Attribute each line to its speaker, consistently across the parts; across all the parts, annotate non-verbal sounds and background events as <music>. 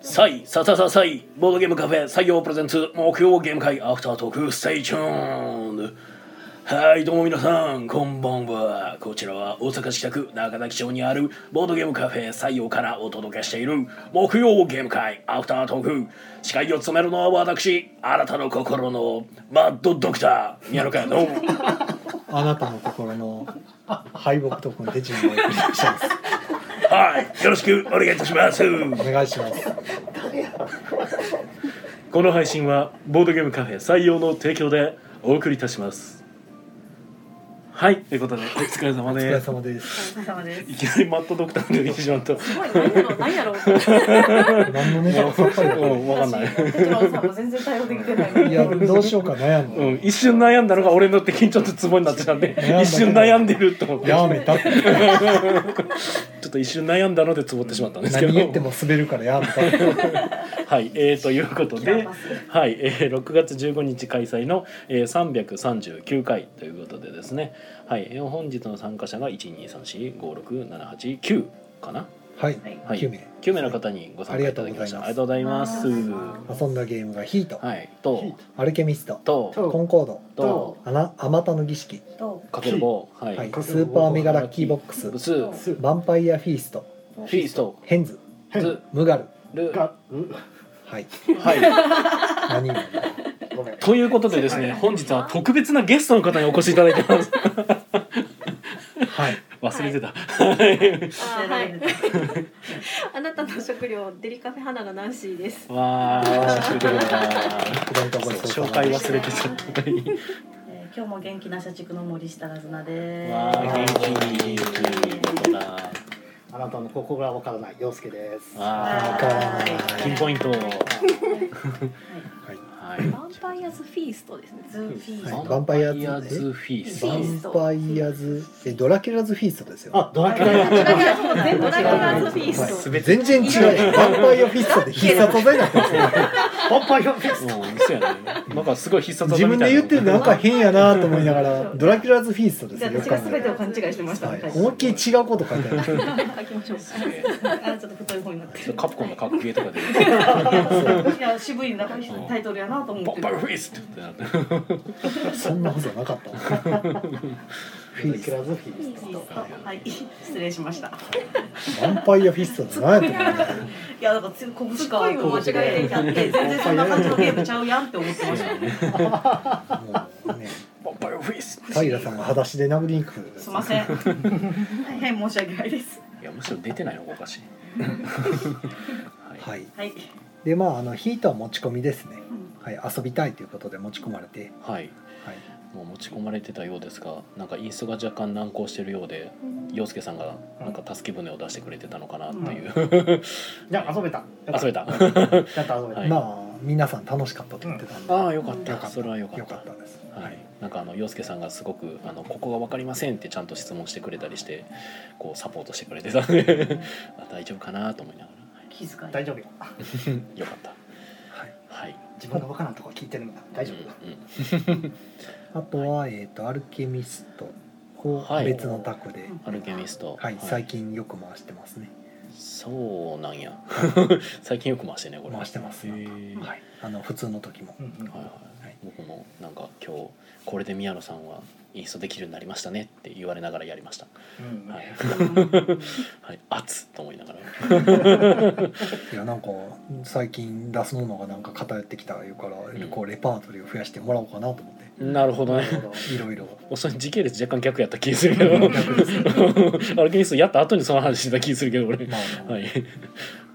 Speaker 1: サイサタササイボードゲームカフェ採用プレゼンツ木曜ゲーム会アフタートークステイチューンはいどうも皆さんこんばんはこちらは大阪市北区中崎町にあるボードゲームカフェ採用からお届けしている木曜ゲーム会アフタートーク司会を務めるのは私あなたの心のマッドドクター宮野佳代の
Speaker 2: あなたの心の敗北とこのデジモンをお送りします。
Speaker 1: はいよろしくお願いいたします
Speaker 2: お願いします。
Speaker 1: この配信はボードゲームカフェ採用の提供でお送りいたしますはいということでお疲れ様
Speaker 2: お疲れ <laughs>
Speaker 1: です
Speaker 2: 様です。
Speaker 3: お疲れ様です
Speaker 1: い。きなりマットドクターの出てしまったも
Speaker 3: すごい、何やろう、何やろ <laughs> う。私
Speaker 2: 何のネタかさっ <laughs> ぱりわか
Speaker 1: う分かんない、
Speaker 3: 哲郎さんも全然対応できてない
Speaker 2: んない。いや、どうしようか悩ん
Speaker 1: う
Speaker 2: で。
Speaker 1: ん、一瞬悩んだのが俺の的にちょっとツボになってたんで
Speaker 2: 悩んだけど
Speaker 1: 一瞬悩んでると思ってちょ
Speaker 2: やめたって。
Speaker 1: っと一瞬悩んだのでツボってしまったんですけど
Speaker 2: 何言っても滑るからやめたって。
Speaker 1: はい、えー、ということ
Speaker 3: キラー
Speaker 1: で
Speaker 3: パス、
Speaker 1: はいえー、6月15日開催の、えー、339回ということでですね、はい、えー本日の参加者が123456789かな、
Speaker 2: はい
Speaker 3: は、
Speaker 1: はい、
Speaker 2: 9名。
Speaker 1: 9名の方にご参加いただきましたあ
Speaker 2: あ
Speaker 1: りがと
Speaker 2: りがと
Speaker 1: うございま
Speaker 3: ますす
Speaker 2: 遊んだゲームがヒート、
Speaker 1: はいと
Speaker 2: アルケミスト、
Speaker 1: と
Speaker 4: と
Speaker 2: コンコード、
Speaker 1: と
Speaker 2: アナアマタの儀式、
Speaker 3: と、
Speaker 1: かける棒は
Speaker 2: はいい、スーパーメガラッキーボックス、
Speaker 1: ブ
Speaker 2: ヴ
Speaker 1: スフ
Speaker 4: す
Speaker 2: ァンパイアフィースト、
Speaker 1: ィースト
Speaker 2: ヘンズ、
Speaker 1: ズ
Speaker 2: ムガル。
Speaker 1: ル
Speaker 4: がう
Speaker 2: はい。
Speaker 1: はい
Speaker 2: 何人
Speaker 4: ごめん
Speaker 1: ということでですね本日は特別なゲストの方にお越しいただいてます
Speaker 2: はい。
Speaker 1: 忘れてた、
Speaker 5: あーはい。あなたの食料デリカフェ花がナンシーです。
Speaker 1: わー
Speaker 2: イベントごちそう
Speaker 1: 紹
Speaker 2: さま
Speaker 1: 介
Speaker 2: で
Speaker 1: 忘れてちゃった。
Speaker 3: えー今日も元気な社畜の森下なずなです。
Speaker 1: わあ元気に元気だ。
Speaker 4: あなたの心がわからない陽介です
Speaker 1: あ
Speaker 2: わからない
Speaker 1: ーピンポイント。は
Speaker 2: はい。
Speaker 1: い。
Speaker 5: ヴァンパイアズフィーストですね。
Speaker 3: ズーフィー
Speaker 2: は
Speaker 3: さ
Speaker 2: い
Speaker 3: ん。
Speaker 2: ヴァンパイアズ
Speaker 1: ズフィース
Speaker 5: フィー
Speaker 2: ヴァンパイアズえドラキュラズフィーストですよ。
Speaker 4: あドラキュラ
Speaker 5: ドラキュラそう全部ドラキュラズフィ
Speaker 2: は
Speaker 5: ース
Speaker 2: い
Speaker 5: ト。
Speaker 2: 全然違う。ヴァンパイアフィーストで必殺技になってますよ。
Speaker 4: ポンパイオフィス
Speaker 1: うん、そうやね。なんかすごい必殺
Speaker 2: <laughs> 自
Speaker 1: 技み
Speaker 2: 分
Speaker 1: た
Speaker 2: で
Speaker 1: いな。
Speaker 2: 言ってなんか変やなと思いながらドラキュラズフィーストです
Speaker 3: じゃあ
Speaker 2: よ。
Speaker 3: 私
Speaker 2: よく
Speaker 3: が
Speaker 2: 考
Speaker 3: 全
Speaker 2: え
Speaker 3: て
Speaker 2: た
Speaker 3: を勘違いしてました。
Speaker 2: らはい
Speaker 3: 昔
Speaker 2: 思いっきり違うこと書いてある。
Speaker 5: 書きましょう。
Speaker 3: あー、ちょっと太い方になってる。
Speaker 1: カプコンの格ゲーとかで
Speaker 3: いや、渋い中にタイトルやな
Speaker 1: 「
Speaker 3: と思っ
Speaker 1: ポ
Speaker 3: て
Speaker 1: ンパイ
Speaker 3: る。
Speaker 1: フィース!」ってなって
Speaker 2: そんなはずはなかった。フィ
Speaker 4: ドラ
Speaker 2: ー
Speaker 4: キュラズフィス
Speaker 3: いいですかはい、失礼しました。
Speaker 2: スト。ヴァンパイアフィーストって何やと思う。
Speaker 3: いや、だから、つ、こぶしか。
Speaker 5: すっごい間違えていた
Speaker 3: 全然そんな感じのゲームちゃうやんって思ってました。
Speaker 2: もうね、
Speaker 1: 「ポンパイフィース!
Speaker 2: 平さんが裸足で殴りに来る。
Speaker 3: すみません。大変申し訳ないです。」
Speaker 1: いやむしろ出てないのがおかしい。はい。
Speaker 2: はい。
Speaker 3: はい。
Speaker 2: でまああのヒートは持ち込みですね。はい。遊びたいということで持ち込まれて。
Speaker 1: はい。
Speaker 2: はい。
Speaker 1: もう持ち込まれてたようですが、なんかインストが若干難航してるようで、洋介さんがなんか助け舟を出してくれてたのかなっていう。
Speaker 4: いや遊べた
Speaker 1: 遊べた。
Speaker 2: <laughs>
Speaker 4: やった遊べた
Speaker 1: はい
Speaker 2: まあ皆さん楽しかったと言ってたんで、
Speaker 1: ああよかっ
Speaker 2: よか
Speaker 1: た。
Speaker 2: った
Speaker 1: それはよか
Speaker 2: よ
Speaker 1: っ。
Speaker 2: かったたです。
Speaker 1: は
Speaker 2: はいい、、
Speaker 1: なんかあの洋介さんがすごくあのここが分かりませんってちゃんと質問してくれたりしてこうサポートしてくれてたんで <laughs> あ大丈夫かなと思いながら、は
Speaker 3: 気遣い。
Speaker 4: 大丈夫よ
Speaker 1: い、よかった
Speaker 2: はい
Speaker 1: はい
Speaker 4: 自分がわからんとこ聞いてるんだ大丈夫
Speaker 1: うんうん
Speaker 2: あとは、えっ、とアルケミストを
Speaker 1: はい
Speaker 2: 別のタクで、
Speaker 1: アルケミスト
Speaker 2: はい、最近よく回してますね。
Speaker 1: そうなんや <laughs> 最近よく回してねこれ
Speaker 2: 回してます
Speaker 1: へ
Speaker 2: な
Speaker 1: えはい
Speaker 2: はい、あの普通の時も
Speaker 4: う。んうん
Speaker 1: はい、
Speaker 2: はい
Speaker 1: 僕もなんか今日これで宮野さんはインストできるようになりましたねって言われながらやりました
Speaker 4: うん
Speaker 1: はい、
Speaker 3: うん
Speaker 1: はい、熱っと思いながら
Speaker 2: いやなんか最近出すものがなんか偏ってきたいうから、
Speaker 1: ん
Speaker 2: こうレパートリーを増やしてもらおうかなと思っ
Speaker 1: なるほど
Speaker 4: な
Speaker 1: ね
Speaker 4: るほど
Speaker 2: て、いろいろ。
Speaker 1: もうそれ時系列若干逆やった気するけ
Speaker 2: <laughs>
Speaker 1: ど <laughs> アルケミストやった後にその話してた気するけど俺
Speaker 2: まあ、
Speaker 1: はい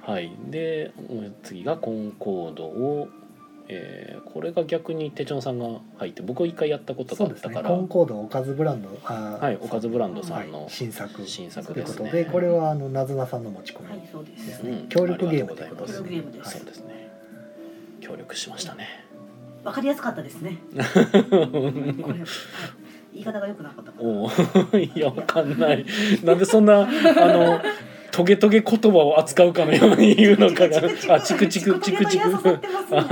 Speaker 1: はいで次がコンコードを、えーこれが逆に手帳さんが入って僕は一回やったことが
Speaker 2: そ
Speaker 1: あ
Speaker 2: う
Speaker 1: っ
Speaker 2: です
Speaker 1: た
Speaker 2: ね。
Speaker 1: か
Speaker 2: コ
Speaker 1: ら、
Speaker 2: ンコードおかずブランド、あー
Speaker 1: はいおかずブランドさん
Speaker 2: は
Speaker 1: の
Speaker 2: い、新作
Speaker 1: 新作
Speaker 2: とい
Speaker 1: で
Speaker 2: うこ
Speaker 1: す
Speaker 2: と
Speaker 1: ね
Speaker 2: で、これはあのなずなさんの持ち込み。
Speaker 3: はい、そうです。
Speaker 1: うん
Speaker 2: 協力ゲームということ
Speaker 3: ですね
Speaker 1: ありがとうございま
Speaker 2: はい
Speaker 1: そうですね協力しましたね
Speaker 3: わかりやすかったですね。これはい言い方が良くなかったかな。
Speaker 1: おおいやわかんないなんでそんなあのトゲトゲ言葉を扱うかのように言うのかがあチクチクチクチク
Speaker 3: 言葉が刺さってますね
Speaker 1: あ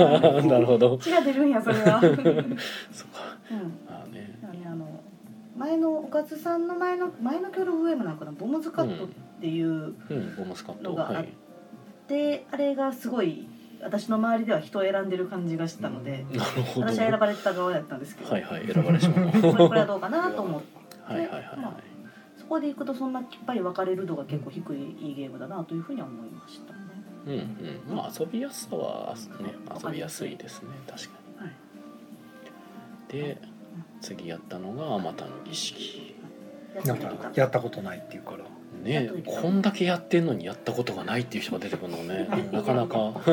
Speaker 1: ーなるほど
Speaker 3: 血が出るんや、それは。うん。
Speaker 1: そう
Speaker 3: だか
Speaker 1: からあーね
Speaker 3: ねあの、前のおかずさんの前の前のキョロウエムなんかなボムズカットっていう、
Speaker 1: うん、ゴマスカット。
Speaker 3: のがあっ
Speaker 1: はい。
Speaker 3: であれがすごい私の周りでは人を選んでる感じがしたので、
Speaker 1: なるほど。
Speaker 3: 私は選ばれてた側だったんですけど、
Speaker 1: はいはい、選ばれし <laughs> 者。はい
Speaker 3: これこれはどうかなと思って
Speaker 1: はいはいは
Speaker 3: そこでいくとそんなきっぱり分かれる度が結構低いいいゲームだなというふうには思いましたね。
Speaker 1: い。うんうん、まあ、遊びやすさは、ね、遊びやすいですね、確か
Speaker 3: はい
Speaker 1: に。で、次やったのが、あまたの儀式。
Speaker 3: やって
Speaker 2: な
Speaker 3: み
Speaker 2: ん
Speaker 3: てく
Speaker 2: か
Speaker 3: ださい
Speaker 2: やったことないっていうから
Speaker 1: ね、こんだけやってんのに、やったことがないっていう人が出てくるのも <laughs> ね、なかなか。
Speaker 5: す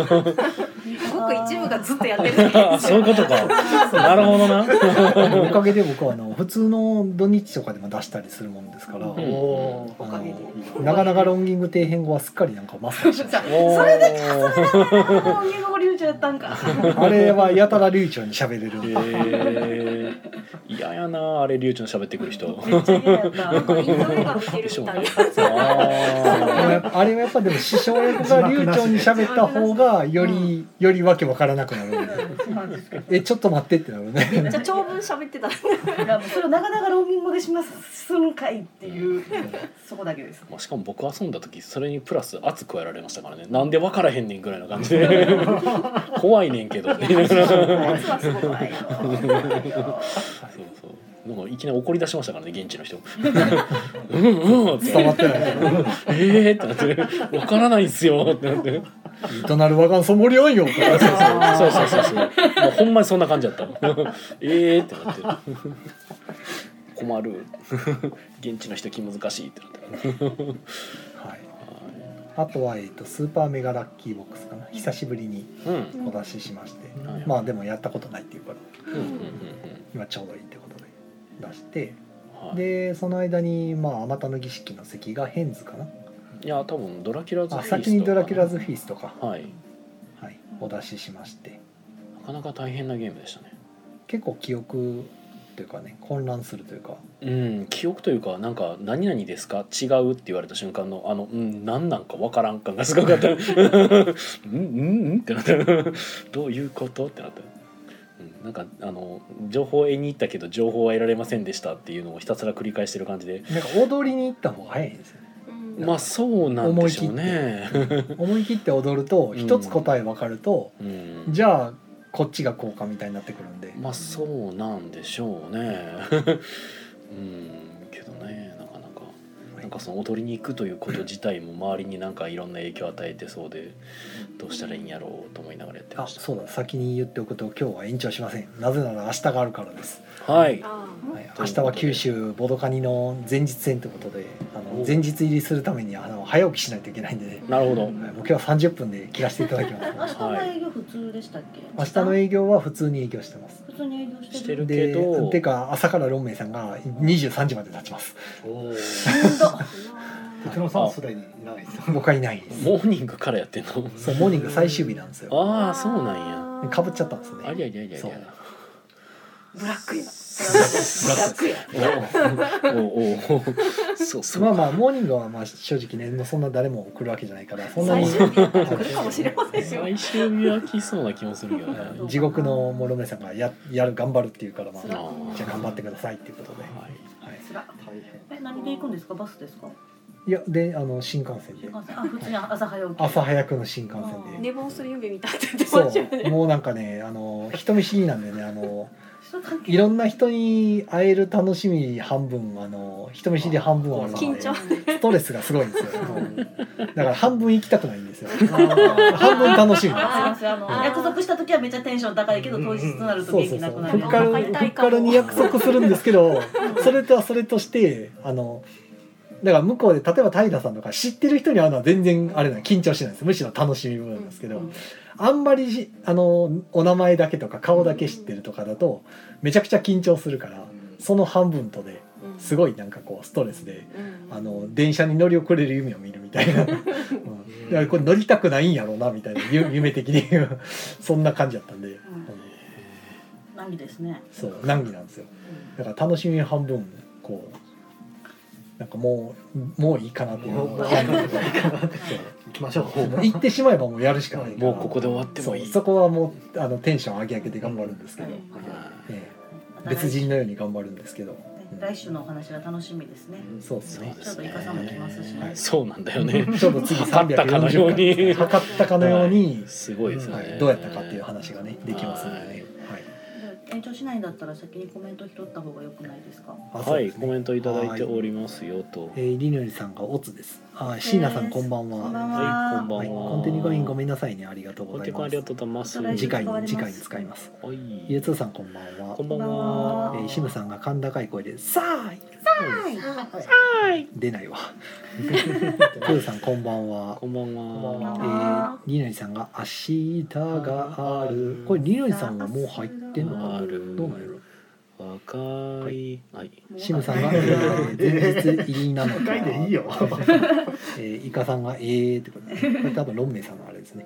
Speaker 5: ごく一部がずっとやってる。
Speaker 1: あそういうことか。なるほど <laughs> な。
Speaker 2: おかげで僕はあの普通の土日とかでも出したりするもんですから、
Speaker 1: ん
Speaker 4: おー
Speaker 3: おかげで
Speaker 2: あのなかなかロンギング底辺語はすっかりなんかマスターしました
Speaker 1: それで。
Speaker 3: あーゲームも流暢やったんか。
Speaker 2: あれはやたら流暢に喋れる
Speaker 1: ええ。嫌やな、あれ、りゅうちゃん喋ってくる <laughs> 人。
Speaker 3: めっちゃ嫌やっ
Speaker 5: なんか
Speaker 3: た。
Speaker 5: インド映画見てる
Speaker 1: <laughs>
Speaker 5: みたいな。
Speaker 1: ああ。
Speaker 2: あれはやっぱでも師匠役が流暢に喋った方がよりよりわけわからなくなるんで
Speaker 3: そうなんですけど
Speaker 2: えちょっと待ってってなるね
Speaker 5: めっちゃ長文喋ってた。
Speaker 3: いやもうそれをなかなかローミングでしますすんかいっていうそこだけ <laughs> です。
Speaker 1: まあ、しかも僕遊んだ時それにプラス圧加えられましたからねなんで分からへんねんぐらいの感じで怖いねんけどって言いながらそう
Speaker 3: あいつはすごくないよ。
Speaker 1: そうなんかいきなり怒り出しましたからね現地の人うんうんって
Speaker 2: 伝わってないけど
Speaker 1: ええってなって分からないんすよってなって
Speaker 2: 「となるわがんそもりょんよ」とか
Speaker 1: そうそうそうそうもうほんまにそんな感じだったええってなって困る現地の人気難しいってなって
Speaker 2: はい、あとは、えっとスーパーメガラッキーボックスかな久しぶりに
Speaker 1: うん
Speaker 2: お出ししまして、
Speaker 1: はい
Speaker 2: まあでもやったことないっていうから
Speaker 1: うんうんうん
Speaker 2: 今ちょうどいいってことで出して
Speaker 1: うんはい
Speaker 2: でその間にまああまたの儀式の席がヘンズかない
Speaker 1: や多分ドラキュラズ
Speaker 2: あ
Speaker 1: フィースト
Speaker 2: 先にドラキュラズフィーストか、
Speaker 1: はい
Speaker 2: はい、お出ししまして
Speaker 1: なかなか大変なゲームでしたね
Speaker 2: 結構記憶というかね混乱するというか
Speaker 1: うん記憶というかなんか「何々ですか違う」って言われた瞬間のあの「うん何なんかわからん感がすごかった「 <laughs> うんうんうん」ってなった <laughs> どういうことってなったうんなんかあの情報を得に行ったけど情報は得られませんでしたっていうのをひたすら繰り返してる感じで
Speaker 2: なんか踊りに行った方が早いんですよ
Speaker 1: <laughs>
Speaker 2: ね
Speaker 1: まあそうなんでしょうね。
Speaker 2: 思い切って踊ると
Speaker 1: ん
Speaker 2: 一つ答え分かると、
Speaker 1: うん
Speaker 2: じゃあこっちがこうかみたいになってくるんで、
Speaker 1: まあそうなんでしょうね。 <laughs> うんけどねなかなか。なんかその踊りに行くということ自体も周りになんかいろんな影響を与えてそうでどうしたらいいんやろうと思いながらやって
Speaker 2: あ
Speaker 1: まし
Speaker 2: そうだ先に言っておくと今日は延長しませんなぜなら明日があるからです、
Speaker 1: た。はい。
Speaker 5: あ
Speaker 2: はい、明日は九州ボドカニの前日戦ということであ
Speaker 1: お
Speaker 2: の
Speaker 1: う
Speaker 2: 前日入りするためにあの早起きしないといけないんで、ね
Speaker 1: なるほど。
Speaker 2: はい、もう今日は30分で切らせていただき
Speaker 3: え明
Speaker 1: <laughs>
Speaker 2: ます
Speaker 3: 日の営業普通でしたっけ？
Speaker 2: 明日の営業は普通に営業してます
Speaker 3: 普通に営業してる。
Speaker 1: るけ
Speaker 2: で
Speaker 1: ど
Speaker 2: てか朝からロンメイさんが23時まで経ちます
Speaker 4: お
Speaker 5: あ。
Speaker 4: 哲郎さんはそれにいないです
Speaker 2: 僕はいないです
Speaker 1: モーニングからやってんの。
Speaker 2: そうモーニング最終日なんですよ
Speaker 1: ああそうなん
Speaker 2: やかぶっちゃったんですね
Speaker 1: や。ありゃりゃりゃりゃ
Speaker 2: そう。
Speaker 5: ブラックや。
Speaker 1: ブラックや。おおおお。そうそう。
Speaker 2: まあまあモーニングはまあ正直ねもうそんな誰も来るわけじゃない
Speaker 1: <laughs>
Speaker 2: からそんな
Speaker 5: 最
Speaker 2: に
Speaker 5: 終日やったら来るかもしれませんよ。
Speaker 1: 最終日は来そうな気もするよね。
Speaker 3: どうかな
Speaker 2: 地獄の諸目さんがややる頑張るっていうからま
Speaker 1: あ
Speaker 2: あ
Speaker 1: あ
Speaker 2: じゃあ頑張ってくださいっていうことで、
Speaker 1: はい。
Speaker 2: はい、
Speaker 3: つら
Speaker 4: 大変
Speaker 3: え何で行くんですか？バスですか？
Speaker 2: いやであの新幹線
Speaker 3: 新
Speaker 2: で
Speaker 3: 幹線あ普通に朝早起き。
Speaker 2: 朝早くの新幹線で
Speaker 5: 寝坊する夢見たって言ってま
Speaker 2: そ
Speaker 5: したよ
Speaker 2: う
Speaker 5: ね。
Speaker 2: もうなんかねあの人見知りなんでねあの
Speaker 3: それ関係
Speaker 2: いろんな人に会える楽しみ半分あの人見知り半分あるので
Speaker 5: 緊張。
Speaker 2: ストレスがすごいんですよもうだから半分行きたくないんですよ
Speaker 3: あ
Speaker 2: 半分楽しみなん
Speaker 3: ー
Speaker 2: です
Speaker 3: す
Speaker 2: よ
Speaker 3: いませんあの
Speaker 5: あー
Speaker 3: 約束した時はめっちゃテンション高いけど当日となると
Speaker 2: そう
Speaker 3: 元
Speaker 2: そう
Speaker 3: 気
Speaker 2: そ
Speaker 3: な
Speaker 2: う
Speaker 3: くな
Speaker 2: ふ
Speaker 3: る
Speaker 2: っかる
Speaker 5: お腹
Speaker 2: ふ
Speaker 5: 痛い
Speaker 2: っ
Speaker 5: かも
Speaker 2: かるに約束するんですけどそれとはそれとしてあのだから向こうで例えば平さんとか知ってる人に会うのは全然あれなの緊張してないですむしろ楽しみなんですけど、
Speaker 3: うん
Speaker 2: あんまりしあのお名前だけとか顔だけ知ってるとかだとめちゃくちゃ緊張するからその半分とです
Speaker 5: い。
Speaker 2: ごいなんかこうストレスで
Speaker 5: うん
Speaker 2: あの電車に乗り遅れる夢を見るみたいな、うん、だからこれ乗りたくないんやろうなみたいなゆ <laughs> 夢的にそんな感じだったんで、うん
Speaker 3: 難儀ですね。
Speaker 2: そう難儀なんですよだから楽しみ半分こうなんかもうもういいかなっていうの
Speaker 4: もう
Speaker 2: が
Speaker 4: 行きましょう
Speaker 2: 行ってしまえばもうやるしかないか
Speaker 1: も
Speaker 2: ら
Speaker 1: うここで終わってもい
Speaker 2: そう
Speaker 1: い。
Speaker 2: そこはもうあのテンション上げ上げで頑張るんですけど、
Speaker 3: うん
Speaker 2: ええ
Speaker 3: お互い
Speaker 2: 別人のように頑張るんですけど
Speaker 3: ね来週のお話が楽しみですね。
Speaker 2: そうですね
Speaker 1: そうで
Speaker 3: ちょっ
Speaker 1: す
Speaker 3: と
Speaker 1: ね
Speaker 3: イカさんも来ますしね。
Speaker 1: そうなんだよね
Speaker 2: ちょっと次
Speaker 1: 測
Speaker 2: <laughs>
Speaker 1: ったかのように
Speaker 2: 340回測ったかのように、
Speaker 1: すごいですね、
Speaker 2: はい、どうやったかっていう話がねできますのでね、はい、
Speaker 3: 延長しないんだったら先にコメント拾った方が良くないですか。
Speaker 2: あそう
Speaker 1: は
Speaker 2: で
Speaker 1: い
Speaker 2: す
Speaker 1: コ
Speaker 2: ね
Speaker 1: メントいただいておりますよと
Speaker 2: えー、りのりさんがオツですあ椎名さんこんばんは
Speaker 3: こんばん
Speaker 1: はいこんば
Speaker 3: は。
Speaker 1: んは、
Speaker 2: はい、コンティニューごめんごめんなさいねありがとう
Speaker 1: コ
Speaker 2: ご
Speaker 1: ン
Speaker 2: ざ
Speaker 1: テ
Speaker 2: い
Speaker 1: ィニューあ
Speaker 2: ま
Speaker 1: り
Speaker 2: す
Speaker 1: がとうございます
Speaker 3: また来
Speaker 2: 次
Speaker 3: 週
Speaker 2: 回
Speaker 3: 使われ
Speaker 2: に次回に使いま
Speaker 3: ます
Speaker 2: す
Speaker 1: はい
Speaker 2: ゆうつーさんこんばんは
Speaker 1: こんばんは
Speaker 3: こんばん
Speaker 2: え
Speaker 3: は
Speaker 2: ー、シムさんが甲高い声で「さーい!
Speaker 3: はい。
Speaker 1: はい」
Speaker 2: 出ないわプーさんこんばんは
Speaker 1: こんばん
Speaker 4: こんば
Speaker 1: は
Speaker 4: ん
Speaker 2: え
Speaker 4: は
Speaker 2: ー、りのりさんが「明日がある」これりのりさんはもう入ってんのか
Speaker 1: あ
Speaker 2: な
Speaker 1: る
Speaker 2: どうなんやろ
Speaker 1: わかいはい
Speaker 2: シムさんが「えー前日入り
Speaker 4: <laughs>
Speaker 2: なのか」
Speaker 4: 回でいいよ。
Speaker 2: えー、イカさんが「えー」ってことこれ多分ロンメイさんのあれですね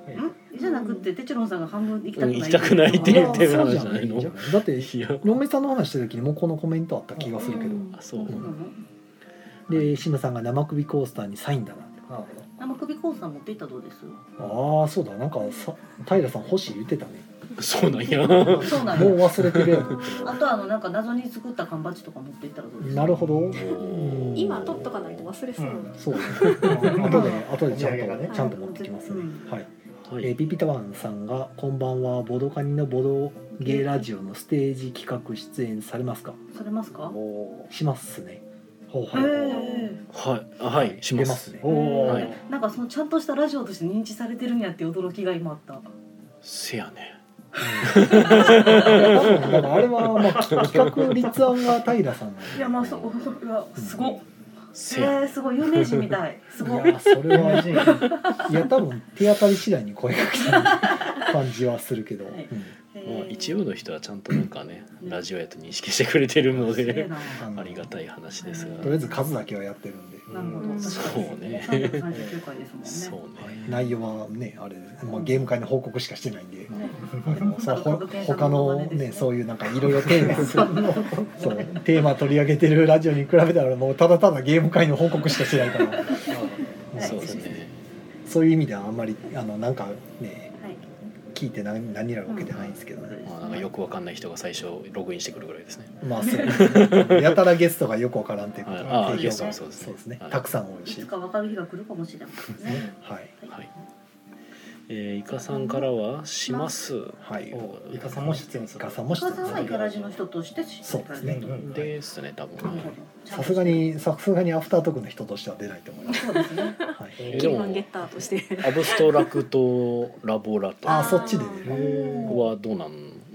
Speaker 3: んじゃなくてテチロンさんが半分行きた
Speaker 1: う
Speaker 3: く
Speaker 1: ん
Speaker 3: ない。
Speaker 1: 行きたくないって言ってる話じゃないの
Speaker 2: そうじゃないだって
Speaker 1: いや
Speaker 2: ロンメイさんの話した時にもうこのコメントあった気がするけど
Speaker 1: あそう
Speaker 3: そうなの
Speaker 2: でシムさんが生首コースターにサインだなって
Speaker 3: 生首コースさん持っていったらどうです。
Speaker 2: ああそうだなんかさ平さん欲しい言ってたね
Speaker 1: そうなんや
Speaker 3: そうな
Speaker 2: もう
Speaker 3: の。
Speaker 2: 忘れてるやん
Speaker 3: あとあのなんか謎に作った缶バッジとか持っていったらどうです。
Speaker 2: なるほど
Speaker 1: ー
Speaker 5: 今取っとかないと忘れそう。
Speaker 4: うん
Speaker 2: そう
Speaker 4: <laughs>
Speaker 2: ね後で後でちゃん
Speaker 4: お土産がね
Speaker 2: とちゃんと持ってきますねはい、
Speaker 1: は
Speaker 2: えー
Speaker 1: い
Speaker 2: ピピタワンさんが「こんばんはボドカニのボドゲーラジオのステージ企画出演されますか?
Speaker 3: されます」か。
Speaker 2: おしますねほう
Speaker 3: へ
Speaker 2: ほ
Speaker 3: え。
Speaker 1: はいあはいしま
Speaker 2: 出ますすね
Speaker 4: お
Speaker 1: は
Speaker 4: はいい。
Speaker 3: なんかそのちゃんとしたラジオとして認知されてるんやって驚きが今あった。
Speaker 1: せやね
Speaker 2: 多分だからあれは、まあ、企画立案が平さんなんで
Speaker 3: いやまあそううわすごっ。
Speaker 1: せ
Speaker 3: え
Speaker 1: や
Speaker 3: ー、すごい有名人みた <laughs> い。すごい。
Speaker 2: いやそれは
Speaker 4: 人は。
Speaker 2: いや多分手当たり次第に声が来てる感じはするけど、
Speaker 3: はい
Speaker 2: うん
Speaker 1: まあ一部の人はちゃんとなんかね
Speaker 3: うん
Speaker 1: ラジオやと認識してくれてるの
Speaker 3: すげえ
Speaker 1: で
Speaker 3: な。
Speaker 2: あの
Speaker 1: ありがたい話です
Speaker 2: とりあ
Speaker 1: が
Speaker 2: えず数だけはやってるんで、
Speaker 3: なるほど。
Speaker 1: そうね
Speaker 3: 三百三十九回です
Speaker 1: そ
Speaker 3: もんね。
Speaker 1: うね
Speaker 2: 内容はねあれ、まあ、ゲーム会の報告しかしてないんで。
Speaker 3: ね
Speaker 2: あのそうほ他のねそう
Speaker 3: いう。
Speaker 2: いうなんかいろいろテーマ <laughs> そうテーマ取り上げてるラジオに比べたらもうただただゲーム会の報告しかしてないから <laughs>
Speaker 3: はい
Speaker 1: そうですね
Speaker 2: そういう意味ではあんまりあのなんかね
Speaker 3: はい。
Speaker 2: 聞いて何何やるわけじゃないんですけどね、
Speaker 1: まあなんかよくわかんない人が最初ログインしてくるぐらいですね
Speaker 2: まあそうやたらゲストがよくわからんっていうこと
Speaker 1: はいあ
Speaker 2: 影響
Speaker 3: ゲストも
Speaker 2: が
Speaker 1: そうですねはい
Speaker 2: たくさん多い
Speaker 3: い
Speaker 2: し
Speaker 3: つかわかる日が来るかもしれないですね。
Speaker 2: はい
Speaker 1: はいえーイカさんからはします
Speaker 2: はい
Speaker 4: イカさんも出演す
Speaker 2: イ
Speaker 4: る
Speaker 2: カ。さんも出
Speaker 3: お
Speaker 2: 演
Speaker 3: 母さんはイカラジの人として知ってたん
Speaker 2: そうですね
Speaker 1: ですね多分
Speaker 3: なるほ
Speaker 2: さ
Speaker 3: ど
Speaker 2: すが。にさすがにアフタートークの人としては出ないと思います
Speaker 3: そうですね。
Speaker 2: はい
Speaker 1: えー
Speaker 5: キ
Speaker 1: で
Speaker 5: ーマンゲ
Speaker 1: も
Speaker 5: ッターとして。
Speaker 1: アブストラクトラボラト
Speaker 2: あーそっちで
Speaker 5: あ
Speaker 2: 出る
Speaker 3: おー
Speaker 1: はどうなん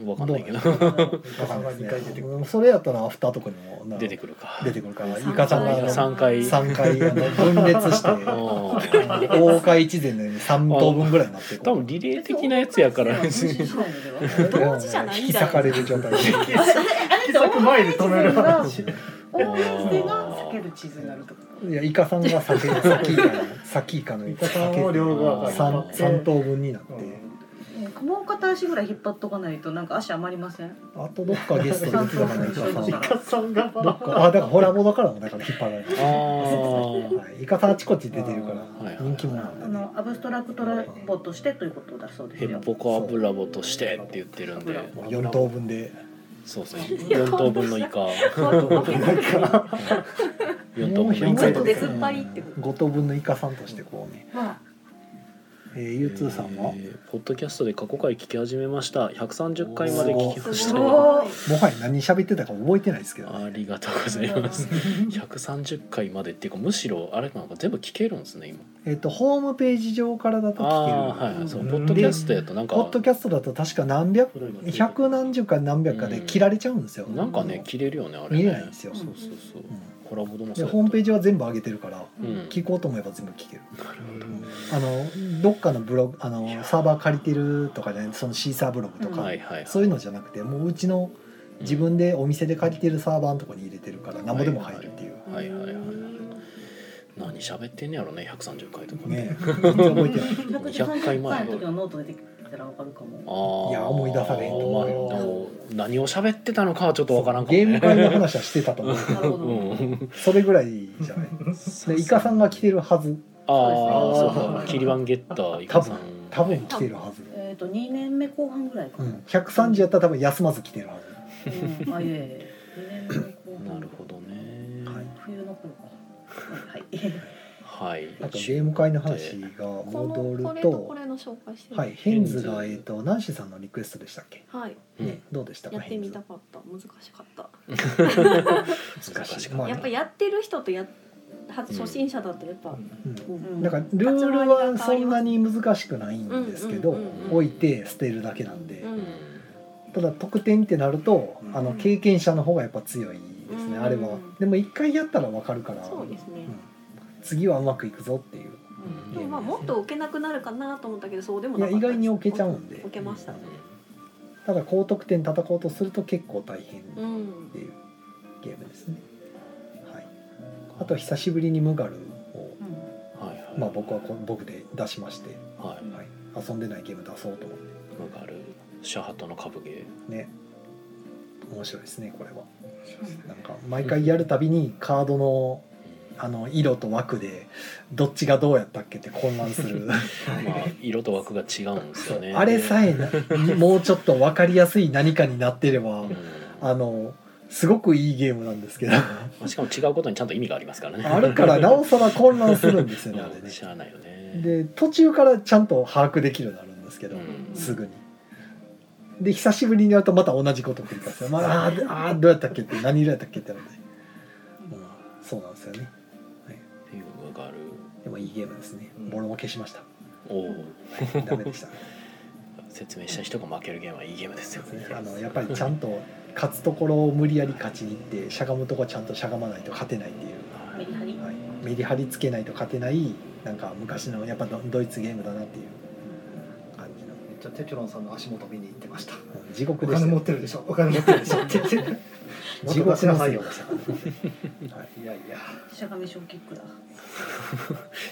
Speaker 1: わかんないけど
Speaker 2: ど
Speaker 1: <laughs>
Speaker 4: イカさんが二回出てくる。
Speaker 2: うんそれやったらアフタートークにもな
Speaker 1: 出てくるか
Speaker 2: 出てくるからイカさんがあの
Speaker 1: 三回
Speaker 2: 三回あの分裂
Speaker 1: <laughs>
Speaker 2: して
Speaker 1: あー
Speaker 2: 大海一前のように三等分ぐらいになって
Speaker 1: 多分リレー的なやつや <laughs>
Speaker 3: <laughs>
Speaker 1: から
Speaker 3: 別
Speaker 1: 別
Speaker 3: に
Speaker 1: に。
Speaker 5: 同時じゃない
Speaker 2: 引
Speaker 5: ん
Speaker 2: き
Speaker 5: だ
Speaker 2: 裂かれる状態で
Speaker 4: 引き裂く前で止める話。
Speaker 3: 大水でが避ける地図になるとか。
Speaker 2: いやイカさんが先先イカの先イカの
Speaker 4: イカさんを両側から引っ張
Speaker 2: 三
Speaker 4: って
Speaker 2: 三等分になって、
Speaker 3: もう片足ぐらい引っ張っとかないとなんか足余りません。
Speaker 2: あとどっかゲストで来たかなイカさん
Speaker 4: イカさんが。
Speaker 2: どっかあだからホラーもだからもだから引っ張られて
Speaker 1: あー
Speaker 2: はい、イカさんあちこち出てるか
Speaker 1: はいはい
Speaker 2: ら人気者なん
Speaker 3: あ
Speaker 2: だね
Speaker 3: のアブストラクトラボとしてということだそうです
Speaker 1: ヘ
Speaker 3: よ
Speaker 1: ッ。ポコアブラボとしてって言ってるんで
Speaker 2: もう4等分で
Speaker 1: そうですね4等分のイカ4等分のイ
Speaker 5: ちょ
Speaker 1: カ
Speaker 5: っと出ずっぱりってこと
Speaker 2: 5等分のイカさんとしてこうね、
Speaker 3: ま
Speaker 2: えー、U2 さんは
Speaker 1: えーポッドキャストで過去回聞き始めました130回まで聞きまし
Speaker 5: す
Speaker 1: た
Speaker 3: おー
Speaker 1: よ
Speaker 5: ご
Speaker 2: も
Speaker 5: い。
Speaker 2: はや何喋ってたか覚えてないですけど、ね、
Speaker 1: ありがとうございます130回までっていうかむしろあれなんか全部聞けるんですね今
Speaker 2: えっとホームページ上からだと聞ける
Speaker 1: ああーはいそう
Speaker 4: うん
Speaker 1: ポッドキャストやとなんか
Speaker 2: ポッドキャストだと確か何百百何十か何百かで切られちゃうんですよ、
Speaker 1: なんかね切れるよねあれね
Speaker 2: 見れないんですよ、
Speaker 1: そうそうそう
Speaker 2: う
Speaker 1: コラボでも
Speaker 2: んで
Speaker 1: そう
Speaker 2: ホームペー
Speaker 1: ジ
Speaker 2: ジは全部上げてるから
Speaker 1: うん
Speaker 2: 聞こうと思えば全部聞ける、
Speaker 1: なるほど
Speaker 2: あのどっかのブログあのサーバー借りてるとかねそのシーサーブログとか、
Speaker 1: はいはい
Speaker 2: そういうのじゃなくてもううちの自分でお店で借りてるサーバーのとこに入れてるから何ぼでも入るっていう、
Speaker 1: はいはいはい何喋ってんねやろね130回とかね
Speaker 2: ね全然覚えてない
Speaker 3: あ、100回前の時のノート出てきたらわかるか
Speaker 1: ああ
Speaker 3: も。
Speaker 2: いや思い出されへんと
Speaker 1: まあで
Speaker 2: 思う
Speaker 1: も何を喋ってたのかはちょっとわからんかも
Speaker 2: ゲーム
Speaker 1: ね
Speaker 2: 会の話はしてたと思うけ
Speaker 3: なるほど。
Speaker 1: うん
Speaker 2: どそれぐらいじゃないでイカさんが来てるはず
Speaker 1: ああそ
Speaker 4: そ
Speaker 1: う
Speaker 4: ですね
Speaker 1: うかキリバンゲッターイ
Speaker 2: 多
Speaker 1: カさん
Speaker 2: 分多分来てるはず、
Speaker 3: えっ、と2年目後半ぐらいか
Speaker 2: う
Speaker 3: な。
Speaker 2: ん、130やったら多分休まず来てるはず
Speaker 3: うんあいえいえ。2年目後半。
Speaker 1: なるほど <laughs> はい
Speaker 2: なんかゲーム会の話
Speaker 1: で
Speaker 2: が
Speaker 5: この
Speaker 2: 戻
Speaker 5: こ
Speaker 2: る
Speaker 5: れとことれの紹介してる
Speaker 2: はいヘンズがえっとナンシーさんのリクエストでしたっけ
Speaker 5: はい
Speaker 1: うん
Speaker 2: ねどうでしたか
Speaker 5: やってみた
Speaker 2: ヘン
Speaker 5: かった難しかった
Speaker 2: ズ
Speaker 1: 難しい
Speaker 2: まあ
Speaker 5: やっぱやってる人とやは初心者だとやっぱ
Speaker 2: うん
Speaker 3: うん
Speaker 2: なんかルールはそんなに難しくないんですけ
Speaker 5: うん
Speaker 2: ど
Speaker 5: うんうん
Speaker 1: うん
Speaker 2: 置いて捨てるだけなんで
Speaker 5: うん
Speaker 2: ただ得点ってなると
Speaker 4: うん
Speaker 2: あの経験者の方がやっぱ強いですね
Speaker 5: うん
Speaker 2: あれはでも一回やったらわかるから
Speaker 5: そうですね
Speaker 2: うん次はうまくいくぞっていう
Speaker 5: でもまあもっと置けなくなるかなと思ったけどそうでも
Speaker 2: い
Speaker 5: な
Speaker 2: や
Speaker 5: かっ
Speaker 2: 意
Speaker 5: たです
Speaker 2: 外に置けちゃうんで
Speaker 5: 置けましたね
Speaker 2: ただ高得点叩こうとすると結構大変
Speaker 5: うん
Speaker 2: っていうゲームですね、はい、あとは久しぶりにムガルを、
Speaker 3: うん
Speaker 1: はいはい
Speaker 2: まあ、僕はこ僕で出しまして、
Speaker 1: はい
Speaker 2: はい、遊んでないゲーム出そうと思っ
Speaker 1: なんかあるシャハタの株芸
Speaker 2: てね面白いですねこれはなんか毎回やるたびにカードのあの色と枠でどっちがどうやったっけって混乱する
Speaker 1: まあ色と枠が違うんですよね
Speaker 2: あれさえ
Speaker 1: <laughs>
Speaker 2: なもうちょっと分かりやすい何かになってれば
Speaker 1: うん
Speaker 2: あのすごくいいゲームなんですけど
Speaker 1: まあしかも違うことにちゃんと意味がありますからね
Speaker 2: あるからなおさら混乱するんですよねあれ
Speaker 1: うん
Speaker 2: ね
Speaker 1: 知らないよね
Speaker 2: で途中からちゃんと把握できるようになるんですけど、
Speaker 1: うん
Speaker 2: すぐに。で久しぶりにやるとまた同じことを繰り返す、まあ、あーあーどうやったっけって何色やったっけってなるんで、うん、そうなんですよね
Speaker 1: っていうのがある
Speaker 2: でもいいゲームですね
Speaker 1: うん
Speaker 2: ボロも消しました、
Speaker 1: おお
Speaker 2: ダメでした、ね、
Speaker 1: 説明した人が負けるゲームはいいゲームですよ
Speaker 2: あのやっぱりちゃんと勝つところを無理やり勝ちにいってしゃがむとこちゃんとしゃがまないと勝てないっていう、
Speaker 1: は
Speaker 3: メ
Speaker 1: い
Speaker 3: リハリ
Speaker 2: はい、メリハリつけないと勝てないなんか昔のやっぱドドイツゲームだなっていう感じの
Speaker 4: めっちゃテチロンさんの足元見に行ってました。
Speaker 2: うん地獄
Speaker 4: お
Speaker 2: でした
Speaker 4: 金
Speaker 2: よ
Speaker 4: 持ってるでしょ。お金持ってるでしょって言って。も
Speaker 2: 地
Speaker 4: っと出
Speaker 2: 獄
Speaker 4: しな
Speaker 2: の
Speaker 4: さ
Speaker 2: 作
Speaker 4: いよ
Speaker 2: 業。でしたからね
Speaker 4: いやいや。
Speaker 3: しゃがみショーキックだ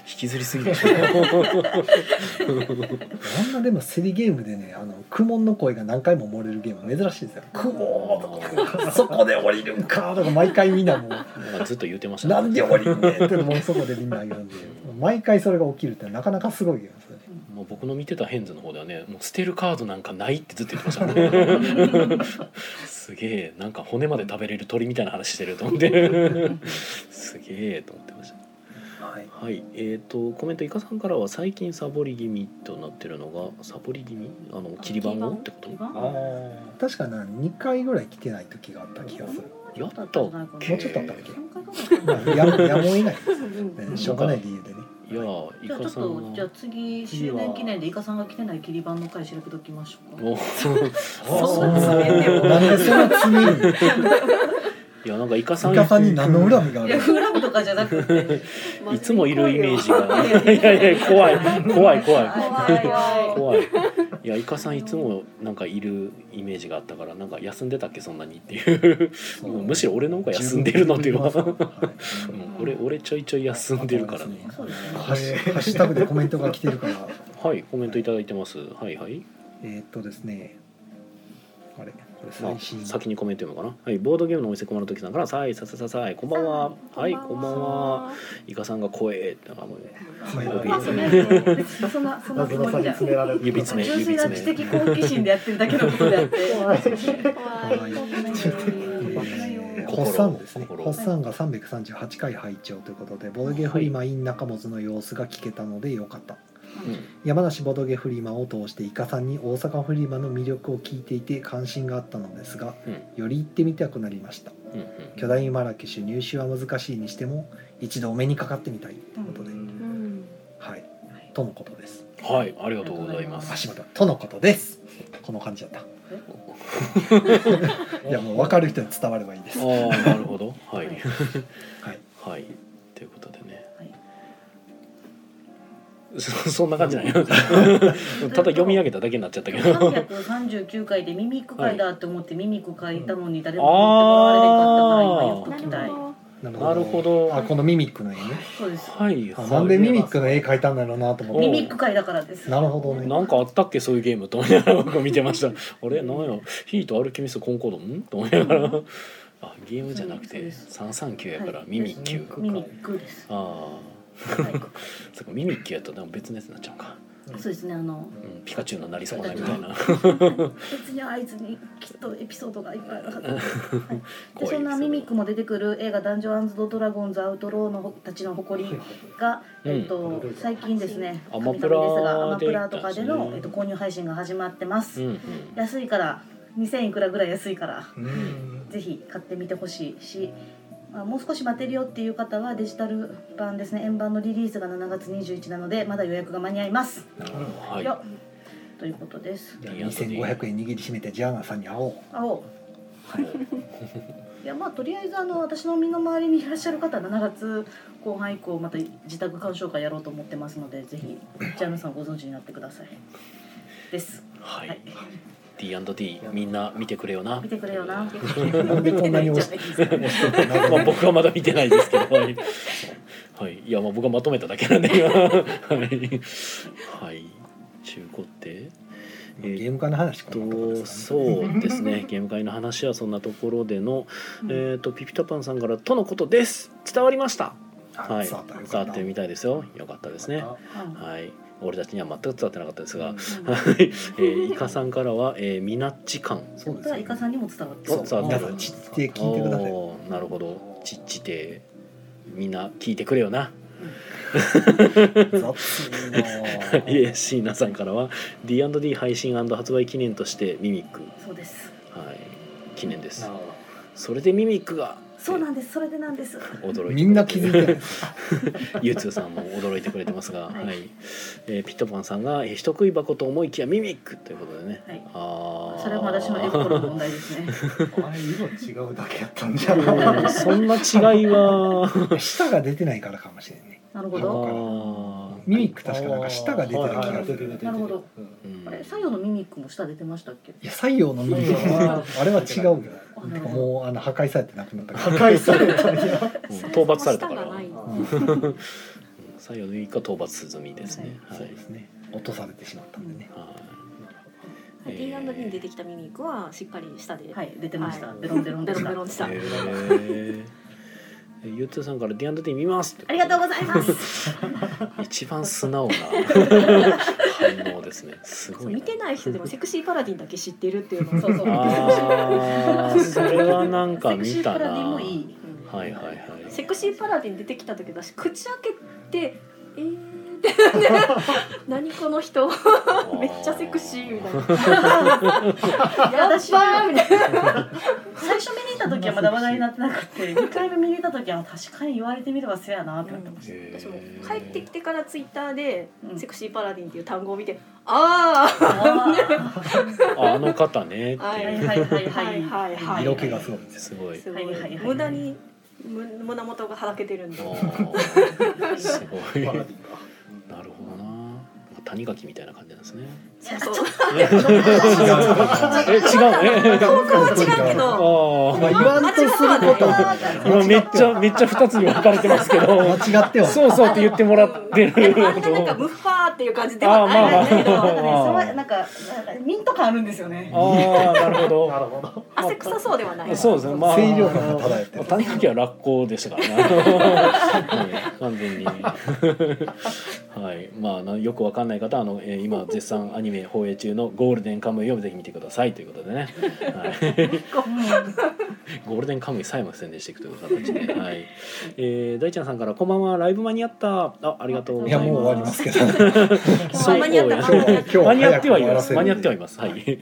Speaker 1: 引きずりすぎでし
Speaker 2: <laughs>
Speaker 1: ょ
Speaker 2: あんなでも競りゲームでねあの苦悶の声が何回も漏れるゲーム珍しいですよ「苦悶!」とか「 <laughs> そこで降りるんか!」とか毎回みんなもう
Speaker 1: なんかずっと言ってました
Speaker 2: 「
Speaker 1: ね
Speaker 2: <laughs> なんで降りんねん!」ってもうそこでみんな言うんで毎回それが起きるってなかなかすごいゲームですよね
Speaker 1: もう僕の見てたヘンズの方ではねもう捨てるカードなんかないってずっと言ってましたねすげえなんか骨まで食べれる鳥みたいな話してると思ってすげえと思ってました
Speaker 2: はい
Speaker 1: はいえー、とコメントイカさんからは最近サボり気味となってるのがサボり気味あの切り板をってこと
Speaker 3: あ
Speaker 2: 確かな2回ぐらい来てない時があった気がする
Speaker 1: やったっけ
Speaker 3: もう
Speaker 2: もうちょっとあったっけ
Speaker 3: 三回ぐらいかな
Speaker 2: まあや <laughs> むやむを得ないです
Speaker 5: う
Speaker 2: よ
Speaker 5: ん
Speaker 2: ねしょうがない理由でね
Speaker 1: いやーイ
Speaker 3: じゃあち
Speaker 1: カ
Speaker 3: ょっ
Speaker 1: さん
Speaker 3: とじゃあ
Speaker 1: は
Speaker 3: 次周年記念でイカさんが来てない切り板の回調べときましょうか
Speaker 1: お
Speaker 5: そんな詰めても
Speaker 2: なんでそんな詰める
Speaker 1: いやなんかイカさ
Speaker 2: の
Speaker 1: ん
Speaker 2: イカさんに何の恨みがあ
Speaker 3: い
Speaker 2: る
Speaker 3: や
Speaker 2: の
Speaker 3: フラムとかじゃなくて
Speaker 1: いつもいるイメージがいやいや怖い怖い怖い
Speaker 5: 怖いよ
Speaker 1: 怖いいやイカさんいつもなんかいるイメージがあったからなんか休んでたっけそんなにっていうもうむしろ俺の方が休んでるのっていうのはう
Speaker 2: は
Speaker 1: ん俺俺ちょいちょい休んでるからね
Speaker 3: そうですね
Speaker 2: ハッシュハッシュタグでコメントが来てるから
Speaker 1: はいコメントいただいてますはいはい
Speaker 2: えーっとですねあれこれ
Speaker 1: ま
Speaker 2: 最新
Speaker 1: あ、先にコメント読むかな、はい、ボードゲームのお店駒の時さんから「さいささささいこんばんは」はいこんばんはイカさんが「怖え」ってなんかもうね
Speaker 2: はい
Speaker 5: こんばんは
Speaker 1: そん
Speaker 3: そんなそんな
Speaker 4: 謎
Speaker 3: つ
Speaker 4: の
Speaker 3: もり
Speaker 4: 差に
Speaker 3: じゃ
Speaker 4: 詰められる。
Speaker 1: 指詰め
Speaker 3: 純粋な知的好奇心でやってるだけのことであって
Speaker 4: 怖い。
Speaker 5: 怖い
Speaker 2: えー
Speaker 1: 心
Speaker 2: ホッサンですね。
Speaker 1: 心
Speaker 2: ホッサンが三百三十八回拝聴ということで、ボドゲフリマ in 中本の様子が聞けたのでよかった。山梨ボドゲフリマを通してイカさんに大阪フリマの魅力を聞いていて関心があったのですが、
Speaker 1: うん
Speaker 2: より行ってみたくなりました。
Speaker 1: うんうん
Speaker 2: 巨大マラケシュ入手は難しいにしても一度お目にかかってみたいということで、
Speaker 5: うん
Speaker 2: はい、とのことです。
Speaker 1: はいありがとうございます
Speaker 2: 足元とのことです。この感じだった。 <laughs> いやもう分かる人に伝わればいいです。
Speaker 1: あ
Speaker 2: は
Speaker 1: あなるほどはい
Speaker 3: はい
Speaker 2: い。
Speaker 1: はいということでね
Speaker 3: はい
Speaker 1: そ <laughs> そんな感じなん
Speaker 3: <laughs>
Speaker 1: やただ読み上げただけになっちゃったけど
Speaker 3: 339回でミミック会だって思ってミミック会いたのに誰も持ってこられなかったから今よく来た
Speaker 5: なる
Speaker 3: い
Speaker 5: ほ
Speaker 2: なる
Speaker 1: なるほど
Speaker 2: あこのミミックの絵ね
Speaker 3: そうです
Speaker 1: はい
Speaker 2: あ
Speaker 1: はい
Speaker 2: なんでミミックの絵描いたんだろうなと思っ
Speaker 1: お
Speaker 3: ミ
Speaker 1: う
Speaker 3: ミ
Speaker 2: て
Speaker 3: ック会だからです
Speaker 2: なるほどね
Speaker 1: なんかあったっけそういうゲームと思いながら僕見てましたあれなんやヒートアルキミストコンコードんと思いながらあゲームじゃなく
Speaker 3: そう
Speaker 1: て
Speaker 3: です
Speaker 1: 339やから
Speaker 3: はい
Speaker 1: ミミッキュ
Speaker 3: ミミックです
Speaker 1: ああ
Speaker 3: はい
Speaker 1: そっかミミッキュやったらでも別のやつになっちゃうか
Speaker 2: うん
Speaker 3: そうですねあの
Speaker 1: うんピカチュウのなりそうなみたいな
Speaker 3: 別に会津にきっとエピソードがいっぱいあるはずで,、はい、で
Speaker 1: 怖い
Speaker 3: そんなミミックも出てくる映画「ダンジョンズ・ド・ドラゴンズ・アウトローのほたちの誇りが」
Speaker 1: うん
Speaker 3: えっと最近ですね
Speaker 1: アマプラ
Speaker 3: 神々ですがアマプラ
Speaker 1: で
Speaker 3: とかでの、
Speaker 1: うん
Speaker 3: えっと、購入配信が始まってます、
Speaker 1: うんうん
Speaker 3: 安いから2000いくらぐらい安いから
Speaker 4: うん
Speaker 3: ぜひ買ってみてほしいし、まあ、もう少し待てるよっていう方はデジタル版ですね円盤のリリースが7月21なのでまだ予約が間に合います、
Speaker 1: なるほどはい
Speaker 3: よということです
Speaker 2: じゃあ2500円握りしめてジャーナさんに会おう
Speaker 3: あ <laughs> おういやまあとりあえずあの私の身の回りにいらっしゃる方は7月後半以降また自宅鑑賞会やろうと思ってますのでぜひジャムさんご存知になってくださいです
Speaker 1: は
Speaker 3: はい
Speaker 1: い D&D みんな見てくれよな
Speaker 3: 見てくれよ
Speaker 2: な
Speaker 3: な
Speaker 2: んでこんなに押し
Speaker 1: まあ僕はまだ見てないですけど、はい、はい、いやまあ僕はまとめただけなん
Speaker 3: <laughs>
Speaker 1: で今はい、はい、中古って
Speaker 2: ゲーム化の話こんなとこ
Speaker 1: と
Speaker 2: ですか
Speaker 1: そ
Speaker 2: ね
Speaker 1: うですねゲーム会の話はそんなところでの、えっ、とピピタパンさんから「とのことです伝わりました」
Speaker 2: あ
Speaker 1: はい
Speaker 2: 伝わった
Speaker 1: 伝わってみたいですよよかったですね
Speaker 2: よかっ
Speaker 1: はい俺たちには全く伝わってなかったですが、
Speaker 2: うん
Speaker 1: はい、えー、イカさんからは、えー、ミナッチ感
Speaker 2: たそうです
Speaker 3: それはイカさんにも伝わって
Speaker 1: そう
Speaker 2: 皆さんちって聞いてください
Speaker 1: おーなるほどちっちてみんな聞いてくれよな <laughs>
Speaker 2: 雑
Speaker 1: いえ椎名さんからは D&D 配信発売記念としてミミック、
Speaker 3: そうです
Speaker 1: はい、記念です
Speaker 4: なるほど
Speaker 1: それでミミックが
Speaker 3: そうなんですそれでなんです
Speaker 1: 驚いてくれ
Speaker 2: な
Speaker 1: て
Speaker 2: みんな気づいてる
Speaker 1: ゆうつうさんも驚いてくれてますが、は
Speaker 3: はいい
Speaker 1: えーピットパンさんが「えー人食い箱と思いきやミミック」ということでね、
Speaker 3: はい
Speaker 1: ああ
Speaker 3: それも私のエコロの問題ですね
Speaker 4: あれ色違うだけやったんじゃ
Speaker 1: <laughs> そんな違いは
Speaker 2: 舌が出てないからかもしれないね
Speaker 3: なるほど
Speaker 1: あー
Speaker 2: ミミック確かなんか舌が出てる気がする
Speaker 3: なるほど
Speaker 1: うん
Speaker 3: あれ左右のミミックも下出てましたっけ
Speaker 2: いや採用のミミックはあれは違うけど
Speaker 3: あなるほど
Speaker 2: もうあの破壊されてなくなった
Speaker 4: 破
Speaker 2: から
Speaker 4: 壊されたんや
Speaker 1: うん討伐されたから
Speaker 5: そも下がない
Speaker 1: 採用のミミックは討伐済みですね、
Speaker 2: そう
Speaker 1: はい
Speaker 2: ですね落とされてしまったんでね
Speaker 1: はい
Speaker 5: はい D&D に出てきたミミックはしっかり下で、
Speaker 3: はい出てました
Speaker 5: はい
Speaker 3: ベロ <laughs> ンベロン
Speaker 5: ベ
Speaker 3: でし
Speaker 5: ロン
Speaker 3: た
Speaker 5: ベロンでした、
Speaker 1: えーえーゆう <laughs> つーさんから「D&D 見ます」
Speaker 3: ありがとうございます
Speaker 1: 一番素直な <laughs> 反応ですねす
Speaker 5: そ
Speaker 1: ご
Speaker 5: う
Speaker 1: い
Speaker 5: 見てない人でもセクシーパラディンだけ知ってるっていう
Speaker 3: <laughs>
Speaker 5: のを
Speaker 3: そうそう
Speaker 1: あーそれはなんか
Speaker 3: セクシ
Speaker 1: 見
Speaker 3: ー
Speaker 1: た
Speaker 3: パ
Speaker 1: な
Speaker 3: ラディも
Speaker 1: はいい
Speaker 3: い
Speaker 1: はいはい
Speaker 5: セクシーパラディン出てきた時私口開けて「えー」って <laughs> 何この人めっちゃセクシーみたいな「
Speaker 3: <laughs> いや私
Speaker 5: バー」みたいな
Speaker 3: 最初見に行った時はまだ話題になってなく
Speaker 1: <laughs>
Speaker 3: て2回目見に行った時は確かに言われてみればせやなってなってまし
Speaker 1: へー
Speaker 5: 私も帰ってきてからツイッターで
Speaker 3: う
Speaker 5: 「
Speaker 3: ん
Speaker 5: セクシーパラディン」っていう単語を見て「あ
Speaker 3: た、
Speaker 5: あ
Speaker 1: <laughs>
Speaker 3: は
Speaker 1: ああの方ねって
Speaker 5: はい
Speaker 3: い
Speaker 1: いう
Speaker 3: はいはい
Speaker 5: は
Speaker 3: はいい
Speaker 5: はいはい
Speaker 2: 色気がすごいです
Speaker 1: すごい
Speaker 5: すごい
Speaker 3: はいはいはい
Speaker 5: 無駄にむ胸元がはだけてるん
Speaker 1: あ
Speaker 5: で
Speaker 1: ーすごい
Speaker 4: パ
Speaker 1: な
Speaker 4: ラディが
Speaker 1: るほどななんか谷垣みたいな感じなんですね
Speaker 3: いやち
Speaker 5: そ
Speaker 3: ょ
Speaker 5: う
Speaker 3: っ
Speaker 5: そう
Speaker 1: え違うえ
Speaker 5: 方向は違うけど
Speaker 1: あ
Speaker 2: まあ言わんとすることは
Speaker 1: あ今めっちゃめっちゃ二つに分かれてますけど
Speaker 2: 間違っては
Speaker 1: そうそうって言ってもらって
Speaker 5: で
Speaker 1: る
Speaker 5: もあんななんかムッファーっていう感じではないんだ
Speaker 1: あ
Speaker 5: け
Speaker 1: ーまあまあ
Speaker 3: となんかね
Speaker 5: ど
Speaker 3: すごいなんかなんかミント感あるんですよね
Speaker 1: ああなるほ
Speaker 4: なる
Speaker 1: ど
Speaker 4: ほど
Speaker 5: 汗臭そうではない
Speaker 1: そうですねまあ
Speaker 2: 清涼感が漂ってる
Speaker 1: 谷垣は落語でしたからねはい <laughs> 完全にはいまあなよくわかんない方はあの、えー今絶賛アニメ放映中の「ゴールデンカムイ」をぜひ見てくださいということでね、はい、ゴールデンカムイさえも宣伝していくという形で、はいえー、大ちゃんさんから「こんばんはライブ間に合った」あありがとうご
Speaker 2: い
Speaker 1: ざいます
Speaker 2: やもう終わりますけど
Speaker 1: そう
Speaker 5: 間に合った
Speaker 1: そう
Speaker 5: 間に合った
Speaker 2: 今日
Speaker 1: 間に合ってはいます。
Speaker 2: 早く終わらせる
Speaker 1: 間に合ってはいます。はい。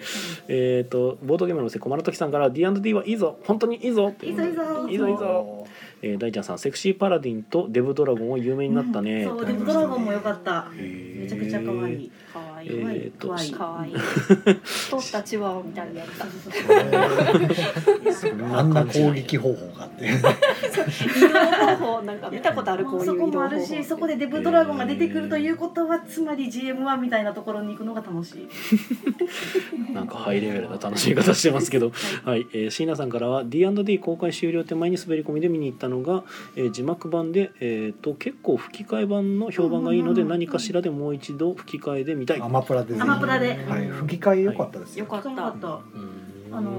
Speaker 1: えっと、ボードゲームのせ、こまるときさんから、D&D はいいぞ、本当にいいぞ。
Speaker 3: いいぞいいぞ
Speaker 1: いいぞいいぞ。えー、大ちゃんさん、セクシーパラディンとデブドラゴンを有名になったね。
Speaker 3: そうデブドラゴンも良かった
Speaker 1: へー
Speaker 3: めちゃくちゃ可愛い
Speaker 5: かわい
Speaker 1: え
Speaker 5: い
Speaker 1: ーっと
Speaker 3: 可愛い
Speaker 5: かわいい太ったチワワみたいなやつだ <laughs>
Speaker 2: あんな攻撃方法があって
Speaker 5: 移動方法なんか見たことあるこういう
Speaker 3: そ
Speaker 5: 移
Speaker 3: こ
Speaker 5: 動方
Speaker 3: も
Speaker 5: 法
Speaker 3: あるしそこでデブドラゴンが出てくるということはつまり GM1 みたいなところに行くのが楽しい
Speaker 1: なんかハイレベルな楽しみ方してますけど、はい、えー、椎名さんからは D&D 公開終了手前に滑り込みで見に行ったのが、えー字幕版で、えー、と結構吹き替え版の評判がいいので
Speaker 3: うんうんうんうん
Speaker 1: 何かしらでもう一度吹き替えで見たい。
Speaker 2: アマプラでぜひ
Speaker 3: アマプラで
Speaker 2: はい吹き替え良かったです
Speaker 5: よ
Speaker 2: よ
Speaker 5: かっ
Speaker 3: よ
Speaker 5: た
Speaker 3: かっ
Speaker 1: う
Speaker 3: た
Speaker 1: ーん
Speaker 3: あの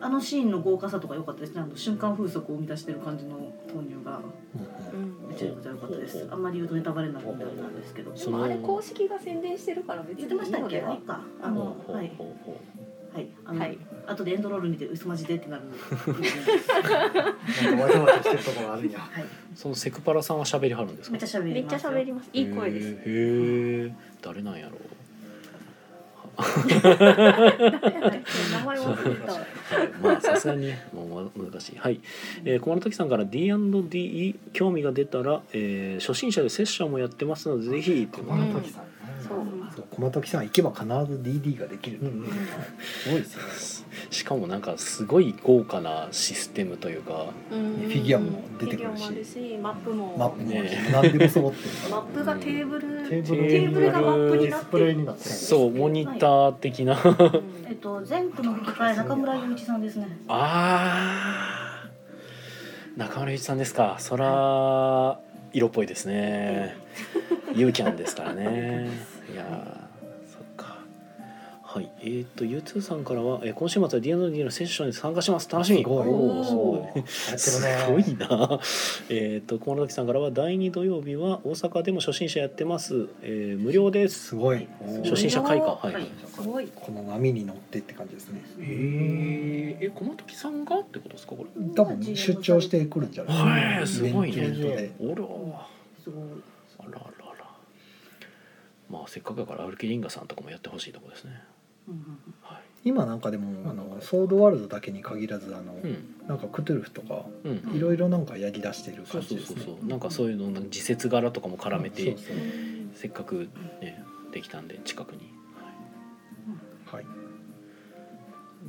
Speaker 3: あのシーンの豪華さとか良かったですねあの瞬間風速を生み出してる感じの投入が
Speaker 2: うん
Speaker 3: めちゃくちゃ良かったですあんまり言うとネタバレになるみたいなんですけど
Speaker 1: そ
Speaker 5: でもあれ公式が宣伝してるから
Speaker 3: 言
Speaker 5: 別に
Speaker 3: ってました
Speaker 5: いい
Speaker 3: っ
Speaker 5: の
Speaker 3: け
Speaker 5: で
Speaker 3: な
Speaker 5: は
Speaker 3: んかあ
Speaker 1: あ
Speaker 3: のはいはいあの、
Speaker 5: はい
Speaker 3: 後でエンドロール見て嘘マジで <laughs> ってなる
Speaker 4: なんかわちゃわちゃしてるところあるんや。
Speaker 3: はい
Speaker 1: そのセクパラさんは喋りはるんです
Speaker 3: め
Speaker 1: か
Speaker 3: っちゃ喋
Speaker 5: め
Speaker 3: り
Speaker 5: っ
Speaker 3: ま
Speaker 5: ちゃ
Speaker 3: すよ
Speaker 5: 喋りますいい声です
Speaker 1: へーへー誰なんやろ
Speaker 5: 名前忘れた
Speaker 1: うまあさすがにもう難しいはい、えー、小丸時さんから D&D 興味が出たら、えー、初心者でセッションもやってますのでぜひっていう
Speaker 4: 小
Speaker 1: のは
Speaker 4: 丸
Speaker 5: うん
Speaker 4: 時さんね。
Speaker 5: そう
Speaker 2: そう小松さん行けば必ず DD ができる、
Speaker 4: うんうん。すごいですよ。
Speaker 1: しかもなんかすごい豪華なシステムというか
Speaker 5: うん
Speaker 2: フィギュアも出てくるし
Speaker 5: フィギュアもあるしマップも
Speaker 2: マップもあるし
Speaker 1: ね
Speaker 2: 何でも揃ってる
Speaker 5: マップがテーブル、
Speaker 4: テーブ
Speaker 1: ブル
Speaker 4: ル。
Speaker 5: がマップに
Speaker 4: ディ
Speaker 5: なっ
Speaker 4: ス
Speaker 5: て
Speaker 4: プレイになってる。
Speaker 1: そうモニター的な
Speaker 3: えっと前区の吹き替え中村雄一さんですね
Speaker 1: あー中村ゆういちさんですかそら色っぽいですねゆうキャンですから <laughs> ねいやーそっかはいえー、と U2 さんからは、えー今週末は D&D のセッションに参加します楽しみ
Speaker 2: すごい
Speaker 1: おーすごい
Speaker 4: やってるね。
Speaker 1: すごいな。えっ、と、小室さんからは第二土曜日は大阪でも初心者やってます。えー無料です。
Speaker 2: すごい
Speaker 1: 初心者会かはい
Speaker 5: すごい
Speaker 2: この波に乗ってって感じですね
Speaker 1: えー、え、小室さんがってことですか、これ。
Speaker 2: 多分出張してくるんじゃない
Speaker 1: へーすごいね
Speaker 2: イベントで
Speaker 1: おら、
Speaker 3: すごい
Speaker 1: あらあらあら。まあ、せっかくだから、アルキリンガさんとかもやってほしいとこですね。
Speaker 3: うん
Speaker 1: は
Speaker 2: 今なんかでもあのソードワールドだけに限らずあの、
Speaker 1: い。うん、
Speaker 2: なんかクトゥルフとか
Speaker 1: うん。
Speaker 2: いろいろなんかやりだしてる
Speaker 1: そ
Speaker 2: 感
Speaker 1: うそ
Speaker 2: じ
Speaker 1: う
Speaker 2: です
Speaker 1: そう
Speaker 2: ね
Speaker 1: そう、なんかそういうの、なんか自節柄とかも絡めて、
Speaker 2: そうそう
Speaker 1: せっかく、ね、できたんで、近くに。はい
Speaker 2: はい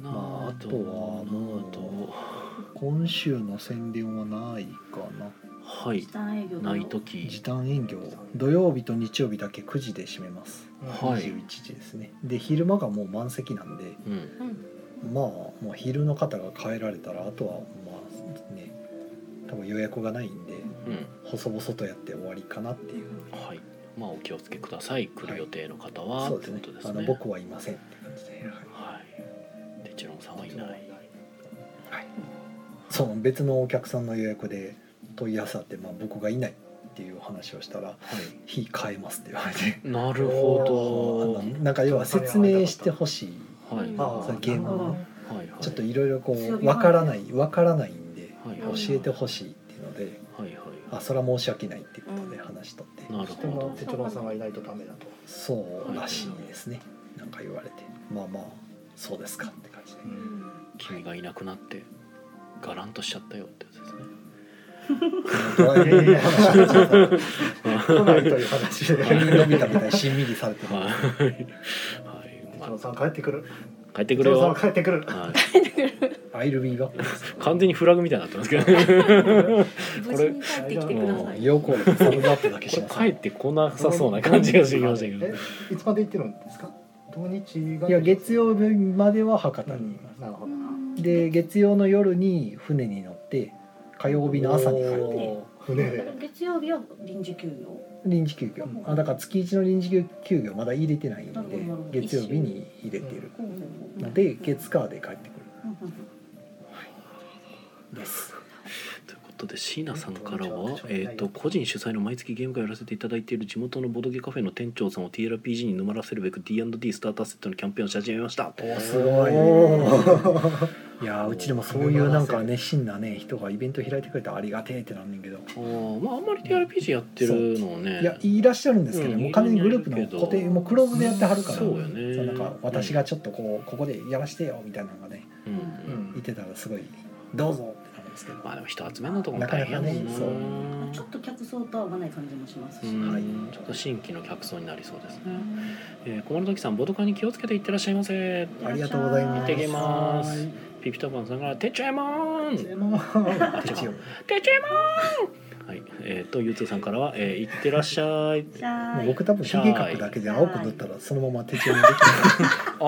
Speaker 1: な
Speaker 2: まあ
Speaker 1: あ
Speaker 2: あ
Speaker 1: と
Speaker 2: と
Speaker 1: は
Speaker 2: は
Speaker 1: な
Speaker 2: も
Speaker 1: あ
Speaker 2: う
Speaker 1: と
Speaker 2: 今週の宣伝はないかな
Speaker 1: は
Speaker 3: うん
Speaker 1: い
Speaker 3: 時短営業
Speaker 1: ない
Speaker 3: と
Speaker 2: 時
Speaker 1: 時
Speaker 2: 短営業土曜日と日曜日だけ9時で閉めます
Speaker 1: はい
Speaker 2: 21時ですねで昼間がもう満席なんで
Speaker 1: うん
Speaker 2: まあもう昼の方が帰られたらあとはまあね多分予約がないんで
Speaker 1: うん
Speaker 2: 細々とやって終わりかなっていう
Speaker 1: はいまあお気をつけください来る予定の方は、
Speaker 2: そう
Speaker 1: っ
Speaker 2: で
Speaker 1: て
Speaker 2: す
Speaker 1: こと
Speaker 2: ね
Speaker 1: です
Speaker 2: あ
Speaker 1: ね
Speaker 2: の僕はいませんって感じで、
Speaker 1: はいでちろんさんはいない
Speaker 2: その別のお客さんの予約で問い合わせあって、まあ、僕がいないっていう話をしたら
Speaker 1: はい
Speaker 2: 「日変えます」って言わ
Speaker 1: <laughs>
Speaker 2: れて
Speaker 1: なるほ
Speaker 2: あのなんか要は説明してほしい
Speaker 1: どはい
Speaker 5: うん
Speaker 1: は
Speaker 4: あ
Speaker 2: そ
Speaker 4: あ
Speaker 2: のゲームのね
Speaker 1: いはい
Speaker 2: ちょっといろいろこ
Speaker 3: 強
Speaker 2: う
Speaker 3: 火が
Speaker 2: わからないわからないんで
Speaker 1: はい
Speaker 2: 教
Speaker 1: はい
Speaker 2: えてほしいっていうので
Speaker 1: はいは
Speaker 2: あそれは申し訳ないっていうことで
Speaker 5: うん
Speaker 2: 話しとって
Speaker 1: いなる
Speaker 4: 人
Speaker 1: ほ
Speaker 4: が
Speaker 1: ど
Speaker 4: テチロンさんがいないとダメだと。
Speaker 2: そうらしいですねなんか言われてまあまあそうですかって感じで <laughs>
Speaker 1: 君がいなくなってガランとしちゃったよってやつですね
Speaker 2: ドラえもんの話が
Speaker 4: 来ないという話で。
Speaker 2: 急に伸びたみたいにしんみりされてる
Speaker 1: はいはい、
Speaker 4: テチ
Speaker 1: ま
Speaker 4: ロンさん帰ってくる。
Speaker 1: あ、帰ってく
Speaker 4: テチ
Speaker 1: れ
Speaker 4: ロン
Speaker 1: よ
Speaker 4: さん帰ってくる。
Speaker 1: はい
Speaker 2: アイルビーが
Speaker 1: 完全にフラグみたいになってますけど <laughs> こ
Speaker 5: 無事に帰ってきてください。
Speaker 2: 陽光のサムズアップだけします
Speaker 1: れ帰ってこなさそうな感じがしてきましたけど
Speaker 4: えいつまで行ってるんですか。土日が。
Speaker 2: いや月曜日までは博多にいま
Speaker 4: なるほど。
Speaker 2: すで月曜の夜に船に乗って火曜日の朝に帰って
Speaker 4: 船で。
Speaker 3: 月曜日は臨時休業
Speaker 2: 臨時休業あだから月一の臨時休業まだ入れてないんで
Speaker 3: なるほどなるほど
Speaker 2: 月曜日に入れてる
Speaker 3: ほうほうほ
Speaker 2: ので月火で帰ってく
Speaker 3: ううんうん
Speaker 2: るです
Speaker 1: ということで椎名さんからは、えー、と個人主催の毎月ゲーム会をやらせていただいている地元のボドゲカフェの店長さんを TRPG に沼らせるべく D&D スターターセットのキャンペーンをし始めました
Speaker 2: おーすごい
Speaker 4: 哦
Speaker 2: いやーうちでもそういうなんか熱心なね人がイベント開いてくれてありがてえってなんねんけど
Speaker 1: あーまああんまり TRPG やってるのをね
Speaker 2: いやいらっしゃるんですけど、
Speaker 1: うん
Speaker 2: もう完全にグループの固定もうクローズでやってはるから
Speaker 1: そうよね
Speaker 2: そうなんか私がちょっとこうここでやらしてよみたいなのがね
Speaker 1: うんうん
Speaker 2: いてたらすごい「どうぞ」ってなるんですけど、
Speaker 1: まあでも人集めるのとかも大変やもんな
Speaker 2: なかなか
Speaker 3: うんちょっと客層と合わない感じもしますし、
Speaker 1: うん
Speaker 2: はい
Speaker 1: ちょっと新規の客層になりそうですね、えー、小丸時さんボドカに気をつけていってらっしゃいませ
Speaker 2: ありがとうございま
Speaker 1: 行っ
Speaker 2: す
Speaker 1: てきます
Speaker 2: はい
Speaker 1: ピピタパンさんから「てっちゃいまーん!」
Speaker 2: 一
Speaker 1: てち
Speaker 2: 応
Speaker 1: ゃいまーんはい、えー、とゆうつさんからは、えー、いってらっしゃい。
Speaker 2: <laughs>
Speaker 3: じゃあ
Speaker 2: 僕多分ひげ描くだけで青く塗ったらそのまま手帳にできる
Speaker 1: ああ、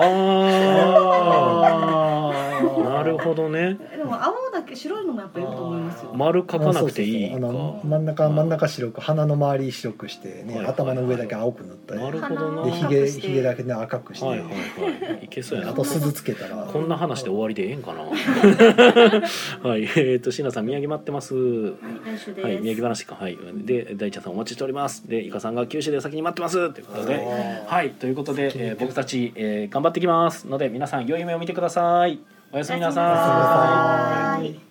Speaker 4: あ
Speaker 1: なるほどね。
Speaker 3: でも青だだけ白いのもやっぱいると思いますよ。
Speaker 1: 丸書かなくていい
Speaker 2: あ
Speaker 1: か。
Speaker 2: そうそうそうあの真ん中真ん中白く鼻の周り白くしてね、
Speaker 1: はい
Speaker 2: 頭の上だけ青く塗ったり、
Speaker 1: なるほどな。
Speaker 2: で
Speaker 5: ほど
Speaker 2: ひ
Speaker 5: 赤
Speaker 2: げ
Speaker 5: くして
Speaker 2: ひげだけね赤くして、
Speaker 1: はいはいはい。いけそうやな。
Speaker 2: あと鈴つけたら
Speaker 1: こんな話で終わりでええん
Speaker 3: <laughs>
Speaker 1: かな。はい、えっ、と、しなさん、宮城待ってます。
Speaker 3: はい、来週です。
Speaker 1: はい、宮城話か、はい、で、大ちゃんさん、お待ちしております。で、いかさんが九州で先に待ってますということで。はい、ということで、えー僕たち、えー頑張ってきますので、皆さん、良い夢を見てください。おやすみな
Speaker 3: おやすみな
Speaker 1: さ
Speaker 3: さ
Speaker 1: い
Speaker 2: は
Speaker 3: い。はいい